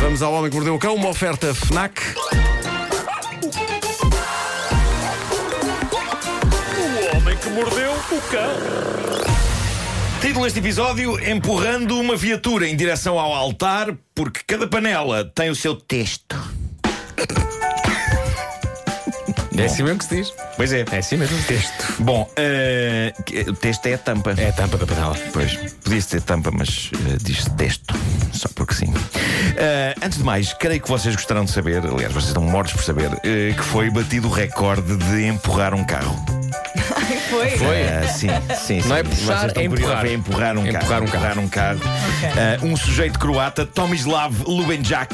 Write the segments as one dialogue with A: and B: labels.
A: Vamos ao Homem que Mordeu o Cão, uma oferta FNAC.
B: O homem que mordeu o cão.
C: Título deste episódio: Empurrando uma viatura em direção ao altar, porque cada panela tem o seu texto.
D: É assim mesmo que se diz.
C: Pois é.
D: É assim mesmo. Texto.
C: Bom, eh, que- o texto é a tampa.
D: É a tampa da panela.
C: Pois, podia ser tampa, mas eh, diz texto. Só porque sim. Eh, antes de mais, creio que vocês gostaram de saber, aliás, vocês estão mortos por saber, eh, que foi batido o recorde de empurrar um carro.
E: Foi?
C: Ah, sim, sim, sim.
D: Não é puxar,
C: Vocês estão
D: é empurrar.
C: curiosos, é empurrar um
D: Empurrar
C: carro.
D: um carro.
C: Empurrar um carro. Ah, um sujeito croata, Tomislav Lubenjak,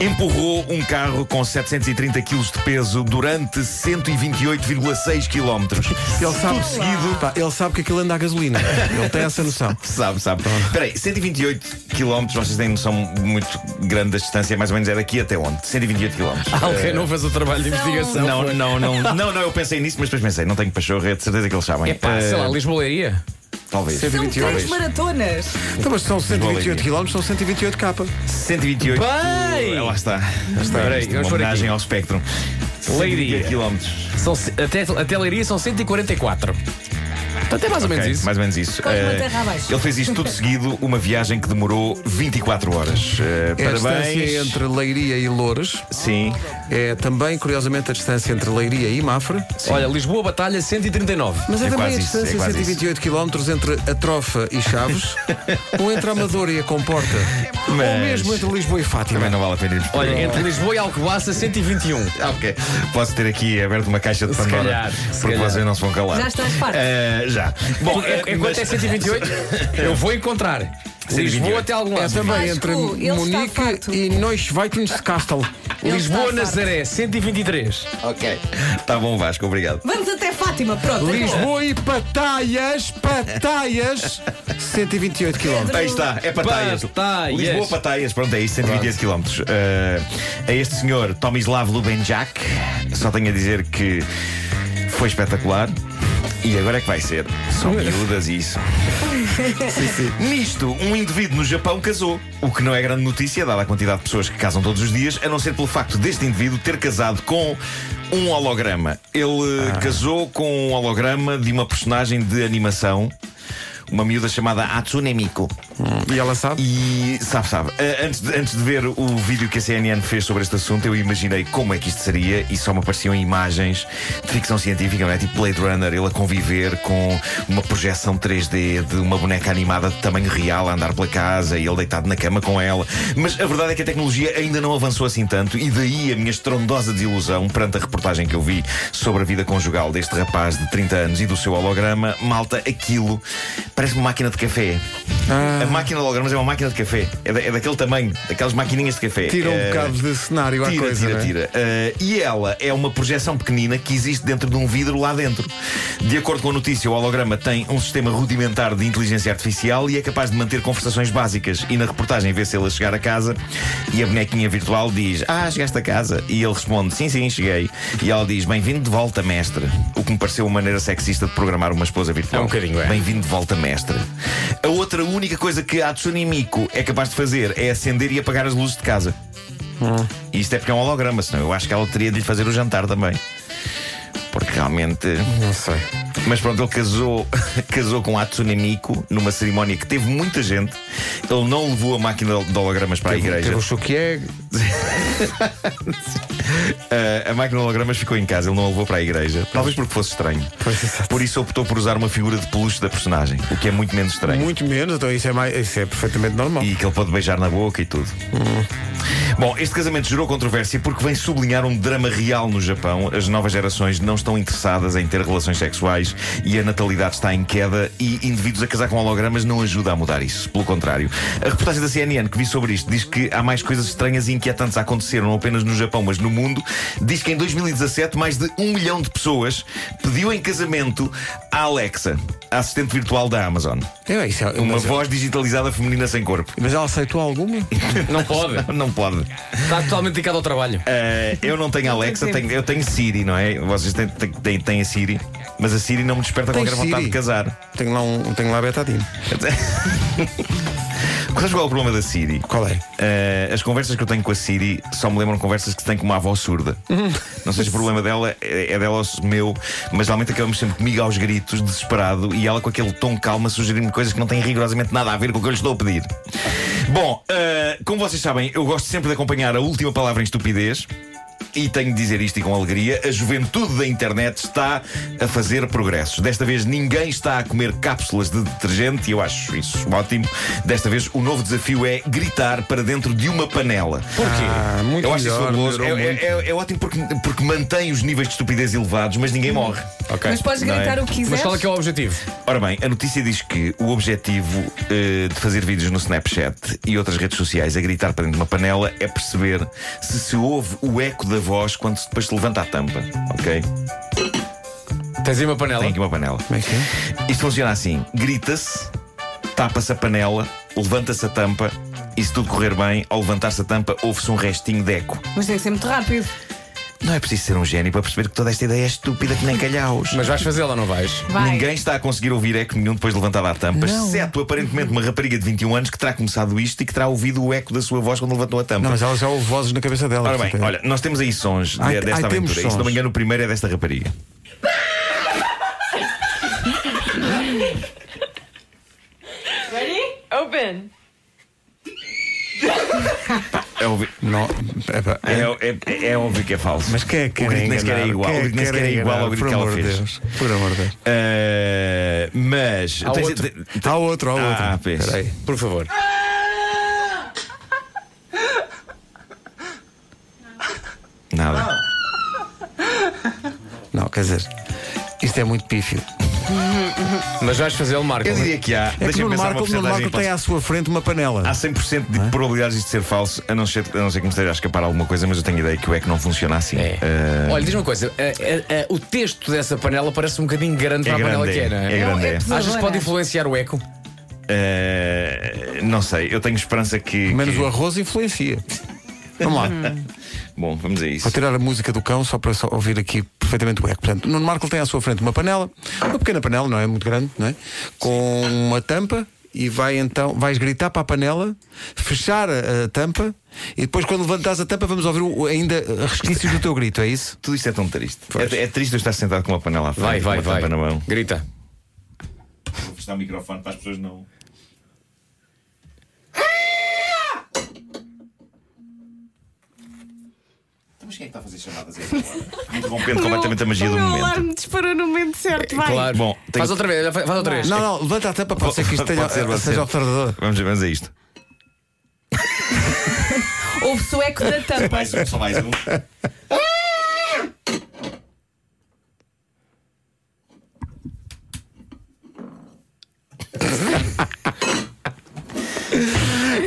C: empurrou um carro com 730 kg de peso durante 128,6 km.
A: Ele sabe,
C: Tudo seguido.
A: Pá, ele sabe que aquilo anda a gasolina. Ele tem essa noção.
C: Sabe, sabe. Espera aí, 128 km, vocês têm noção muito grande da distância, mais ou menos é daqui até onde? 128 km.
D: Alguém não fez o trabalho de investigação.
C: Não,
D: foi?
C: não, não, não, não, eu pensei nisso, mas depois pensei, não tenho pachorra, de certeza que eles sabem.
D: É pá, sei lá,
C: Ah,
D: Lisboa-Leiria.
C: talvez.
E: São
A: 128.
E: três maratonas.
A: Então, mas são 128 km, são 128 k
C: 128.
D: Bem!
C: Ah, Lá está. Lá está.
D: Peraí,
C: Isto
D: vamos
C: é
D: por
C: uma
D: aqui.
C: homenagem ao Spectrum.
D: Leiria.
C: 128 quilómetros.
D: São, ce- até, até Leiria são 144. Portanto, é mais ou menos
C: Ok,
D: isso.
C: Mais ou menos isso.
E: Quase uma
C: Eh,
E: terra abaixo.
C: ele fez isto tudo seguido, uma viagem que demorou 24 horas. Eh,
A: É a distância
C: parabéns.
A: entre Leiria e Loures.
C: Sim.
A: É também, curiosamente, a distância entre Leiria e Mafra.
D: Olha, Lisboa-Batalha 139.
A: Mas é,
C: É
A: também a
C: quase isso,
A: distância
C: é quase
A: 128 km entre a Trofa e Chaves, ou entre a Amadora e a Comporta, ou
C: É Mas-
A: mesmo entre Lisboa e Fátima.
C: Também não vale a pena irmos por
D: Olha,
C: aí.
D: entre Lisboa e um. Alcobaça 121.
C: Ah, ok. Posso ter aqui aberto uma caixa de
D: Se
C: Pandora.
D: calhar, se
C: porque
D: calhar.
C: vocês não se vão calar.
E: Já estás farto.
C: Eh, já. Bom, eh,
D: É- Enquanto
C: mas-
D: é 128, eu vou encontrar.
C: 128.
D: Lisboa até algum
A: É
D: lado.
A: também
E: Vasco,
A: entre
E: ele está
A: Munique
E: farto.
A: e Neuschweitensdastel.
E: Ele está
D: Lisboa-Nazaré 123.
C: Ok. Tá bom, Vasco, obrigado.
E: Vamos até Fátima, pronto. acabou.
A: Lisboa e Pataias, Pataias, 128 km.
C: Aí está, é Pataias.
D: Pataias.
C: Lisboa, Pataias, pronto, é isso, 128 km. Eh, a este senhor, Tomislav Lubenjak, só tenho a dizer que foi espetacular. E agora é que vai ser. São miúdas e isso. Nisto, um indivíduo no Japão casou. O que não é grande notícia, dada a quantidade de pessoas que casam todos os dias, a não ser pelo facto deste indivíduo ter casado com um holograma. Ele eh, casou com um holograma de uma personagem de animação, uma miúda chamada Hatsune Miku.
A: E ela sabe?
C: E sabe, sabe, eh, antes de, antes de ver o vídeo que a CNN fez sobre este assunto, eu imaginei como é que isto seria e só me apareciam imagens de ficção científica, não é? Tipo Blade Runner, ele a conviver com uma projeção 3D de uma boneca animada de tamanho real a andar pela casa e ele deitado na cama com ela. Mas a verdade é que a tecnologia ainda não avançou assim tanto e daí a minha estrondosa desilusão perante a reportagem que eu vi sobre a vida conjugal deste rapaz de 30 anos e do seu holograma. Malta, aquilo parece uma máquina de café. A máquina de hologramas é uma máquina de café. É, da- é daquele tamanho, daquelas maquininhas de café.
A: Tira um
C: Eh,
A: bocado de cenário à
C: Tira,
A: coisa.
C: tira,
A: não é?
C: tira. Eh, e ela é uma projeção pequenina que existe dentro de um vidro lá dentro. De acordo com a notícia, o holograma tem um sistema rudimentar de inteligência artificial e é capaz de manter conversações básicas. E na reportagem vê-se ele a chegar a casa e a bonequinha virtual diz: Ah, chegaste a casa. E ele responde: Sim, sim, cheguei. E ela diz: Bem-vindo de volta, mestre. O que me pareceu uma maneira sexista de programar uma esposa virtual.
D: É um bocadinho, é.
C: Bem Bem-vindo de volta, mestre. A outra única coisa que a Hatsune Miku é capaz de fazer é acender e apagar as luzes de casa. E isto é porque é um holograma, senão eu acho que ela teria de lhe fazer o jantar também. Porque realmente.
A: Não sei.
C: Mas pronto, ele casou, casou com a Hatsune Miku numa cerimónia que teve muita gente. Ele não levou a máquina de hologramas para a igreja.
A: Teve o
D: é-
A: Choquieg,
C: Uh, a máquina de hologramas ficou em casa, ele não a levou para a igreja. Talvez porque fosse estranho. Por isso optou por usar uma figura de peluche da personagem, o que é muito menos estranho.
A: muito menos, então isso é, mais, isso é perfeitamente normal.
C: E que ele pode beijar na boca e tudo. Bom, este casamento gerou controvérsia porque vem sublinhar um drama real no Japão. As novas gerações não estão interessadas em ter relações sexuais e a natalidade está em queda e indivíduos a casar com hologramas não ajuda a mudar isso. Pelo contrário, a reportagem da CNN que vi sobre isto diz que há mais coisas estranhas e inquietantes a acontecer, não apenas no Japão, mas no mundo. Diz que em 2017 mais de um milhão de pessoas pediu em casamento a Alexa, a assistente virtual da Amazon.
A: É, isso é-
C: Uma
A: mas,
C: voz digitalizada feminina sem corpo.
A: mas ela aceitou alguma?
D: Não pode.
C: Não pode.
D: Está totalmente dedicado ao trabalho.
C: Eh, eu não tenho Alexa, tenho- eu tenho Siri, não é? Vocês têm, têm- têm, têm a Siri, mas a Siri não me desperta
A: Tens
C: qualquer vontade
A: Siri?
C: de casar.
A: Tenho lá, um, tenho lá betadinho.
C: Sabes qual é o problema da Siri?
A: Qual é?
C: Eh, as conversas que eu tenho com a Siri só me lembram conversas que tenho com uma avó surda. Não sei se o problema dela é é dela ou se meu, mas realmente acabamos sempre comigo aos gritos, desesperado, e ela com aquele tom calma sugerindo coisas que não têm rigorosamente nada a ver com o que eu lhe estou a pedir. Bom, eh, como vocês sabem, eu gosto sempre de acompanhar a última palavra em estupidez. E tenho de dizer isto e com alegria: a juventude da internet está a fazer progressos. Desta vez ninguém está a comer cápsulas de detergente e eu acho isso ótimo. Desta vez o novo desafio é gritar para dentro de uma panela.
D: Porquê?
A: Ah, muito
C: eu acho isso
A: melhor.
C: fabuloso. É,
A: melhorou
C: é-
A: muito.
C: é- é ótimo porque, porque mantém os níveis de estupidez elevados, mas
A: Hum.
C: ninguém morre.
D: ok.
E: Mas podes
C: Não é?
E: gritar o que
D: Mas
E: quiseres.
D: qual é que é o objetivo?
C: Ora bem, a notícia diz que o objetivo eh, de fazer vídeos no Snapchat e outras redes sociais a gritar para dentro de uma panela é perceber se se ouve o eco da voz quando se- depois se levanta a tampa. Ok?
D: Tens aí uma panela.
C: Tem aqui uma panela.
A: Como é que é?
C: Isto funciona assim: grita-se, tapa-se a panela, levanta-se a tampa e, se tudo correr bem, ao levantar-se a tampa, ouve-se um restinho de eco.
E: Mas tem que ser muito rápido.
C: Não é preciso ser um gênio para perceber que toda esta ideia é estúpida que nem calhaus.
D: Mas vais fazê-la ou não vais?
E: Vai.
C: Ninguém está a conseguir ouvir eco nenhum depois de levantada a tampa, exceto aparentemente uma rapariga de 21 anos que terá começado isto e que terá ouvido o eco da sua voz quando levantou a tampa.
A: Não, mas ela já ouve vozes na cabeça dela.
C: Ora bem,
A: portanto, é.
C: olha, nós temos aí sons de-
A: Ai,
C: desta
A: ai, temos
C: aventura. E se não
A: sons.
C: me engano, o primeiro é desta rapariga.
F: Open.
C: É óbvio,
A: Não, epa,
C: é, é- é óbvio que é falso.
A: Mas quem é que quer
C: o grito nem sequer é
A: enganar?
C: igual.
A: Quem
C: o
A: é
C: grito nem sequer
A: quer
C: é igual ao
A: enganar?
C: grito
A: Por
C: que ela
A: amor de
C: fez.
A: Deus, Por amor de Deus.
C: Uh, mas.
D: Há
C: Tens-
D: outro.
C: te-
A: Há outro, há outro.
C: Ah, pois.
A: Espera aí.
D: Por favor.
C: Nada.
A: Ah, Não, quer dizer, isto é muito pífio.
D: Mas vais fazê-lo, Marco.
C: Eu diria que há.
A: É que
C: Deixa-me
A: no
C: pensar Ah,
A: Marco,
C: uma
A: Nuno
C: porcentagem
A: Marco tem
C: há...
A: à sua frente uma panela.
C: há 100% de probabilidades de ser falso, a não, ser, a não ser que me esteja a escapar alguma coisa, mas eu tenho ideia que o é que não funciona assim.
D: É.
C: Uh,
D: Olha, diz uma coisa: a- a- a- o texto dessa panela parece um bocadinho grande para
C: é
D: a panela
C: grande.
D: que é, não
C: É
D: é?
C: grande. é.
E: pesado.
D: Achas que pode influenciar o eco?
C: Uh, não sei, eu tenho esperança que.
A: Menos
C: que-
A: o arroz influencia. Vamos
C: Hum.
A: lá.
C: Bom, vamos a isso.
A: Vou tirar a música do cão só para só ouvir aqui perfeitamente o eco. Portanto, Nuno Marco tem à sua frente uma panela, uma pequena panela, não é muito grande, não é? Com uma tampa e vai então, vais gritar para a panela, fechar a, a tampa e depois quando levantares a tampa vamos ouvir o- ainda eh, resquícios do teu grito, é isso?
C: Tudo isto é tão triste. É, é triste eu estar sentado com uma panela à frente,
D: Vai, vai,
C: com uma
D: vai.
C: tampa na mão.
D: Grita.
C: Vou fechar o microfone para as pessoas não. Mas quem é que está a fazer chamadas aí? Interrompendo completamente a magia do
F: O meu
C: momento.
F: alarme disparou no momento certo, vai.
D: Claro.
C: Bom, tenho-
D: Faz outra vez, faz faz outra vez.
A: Não, não, levanta a tampa, pode ser que isto
C: Pode
A: tenha,
C: ser, pode ser.
A: seja observador.
C: Vamos, vamos a isto.
E: Ouve-se o eco da tampa.
C: Mais um, só mais um.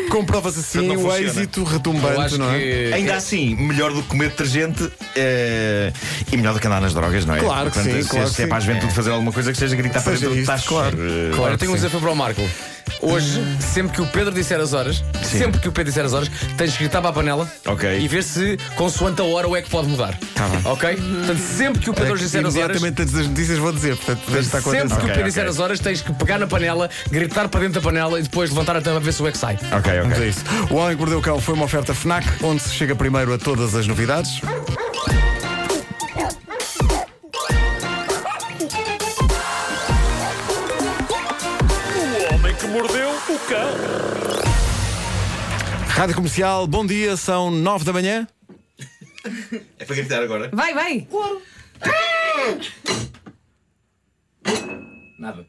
A: Comprova-se assim
C: Não
A: o
C: funciona.
A: êxito
D: Eu
A: retumbante,
D: acho
A: não é?
D: que.
C: Ainda assim, melhor do que comer detergente eh, e melhor do que andar nas drogas, não é?
A: Claro que
C: Portanto,
A: sim,
C: se,
A: claro
C: se
A: que
C: é para a
A: sim.
C: juventude fazer alguma coisa que seja gritar para
A: Seja
C: dentro de
A: isto,
C: tachos.
A: claro.
C: Eh,
A: Claro
D: eu
A: que
D: tenho um
A: sim.
D: desafio para o Marco. Hoje, sempre que o Pedro disser as horas, sempre que o Pedro disser as horas, tens de gritar para a panela
C: Ok.
D: e ver se, consoante a hora, o eco pode mudar.
A: Tá bem.
D: Ok? Portanto, sempre que o Pedro disser as horas.
A: É Imediatamente antes das notícias vou dizer, portanto, deve estar com
D: Sempre
A: atenção.
D: que o Pedro
C: Ok,
D: disser
C: ok.
D: as horas, tens que pegar na panela, gritar para dentro da panela e depois levantar a tampa para ver se o eco sai.
C: Ok,
A: Vamos a
C: ok.
A: isso. O Homem que Mordeu o Cão foi uma oferta FNAC, onde se chega primeiro a todas as novidades.
B: O homem que mordeu o cão.
A: Rádio Comercial, bom dia, são 9 da manhã.
C: É para gritar agora?
E: Vai, vai.
D: Nada.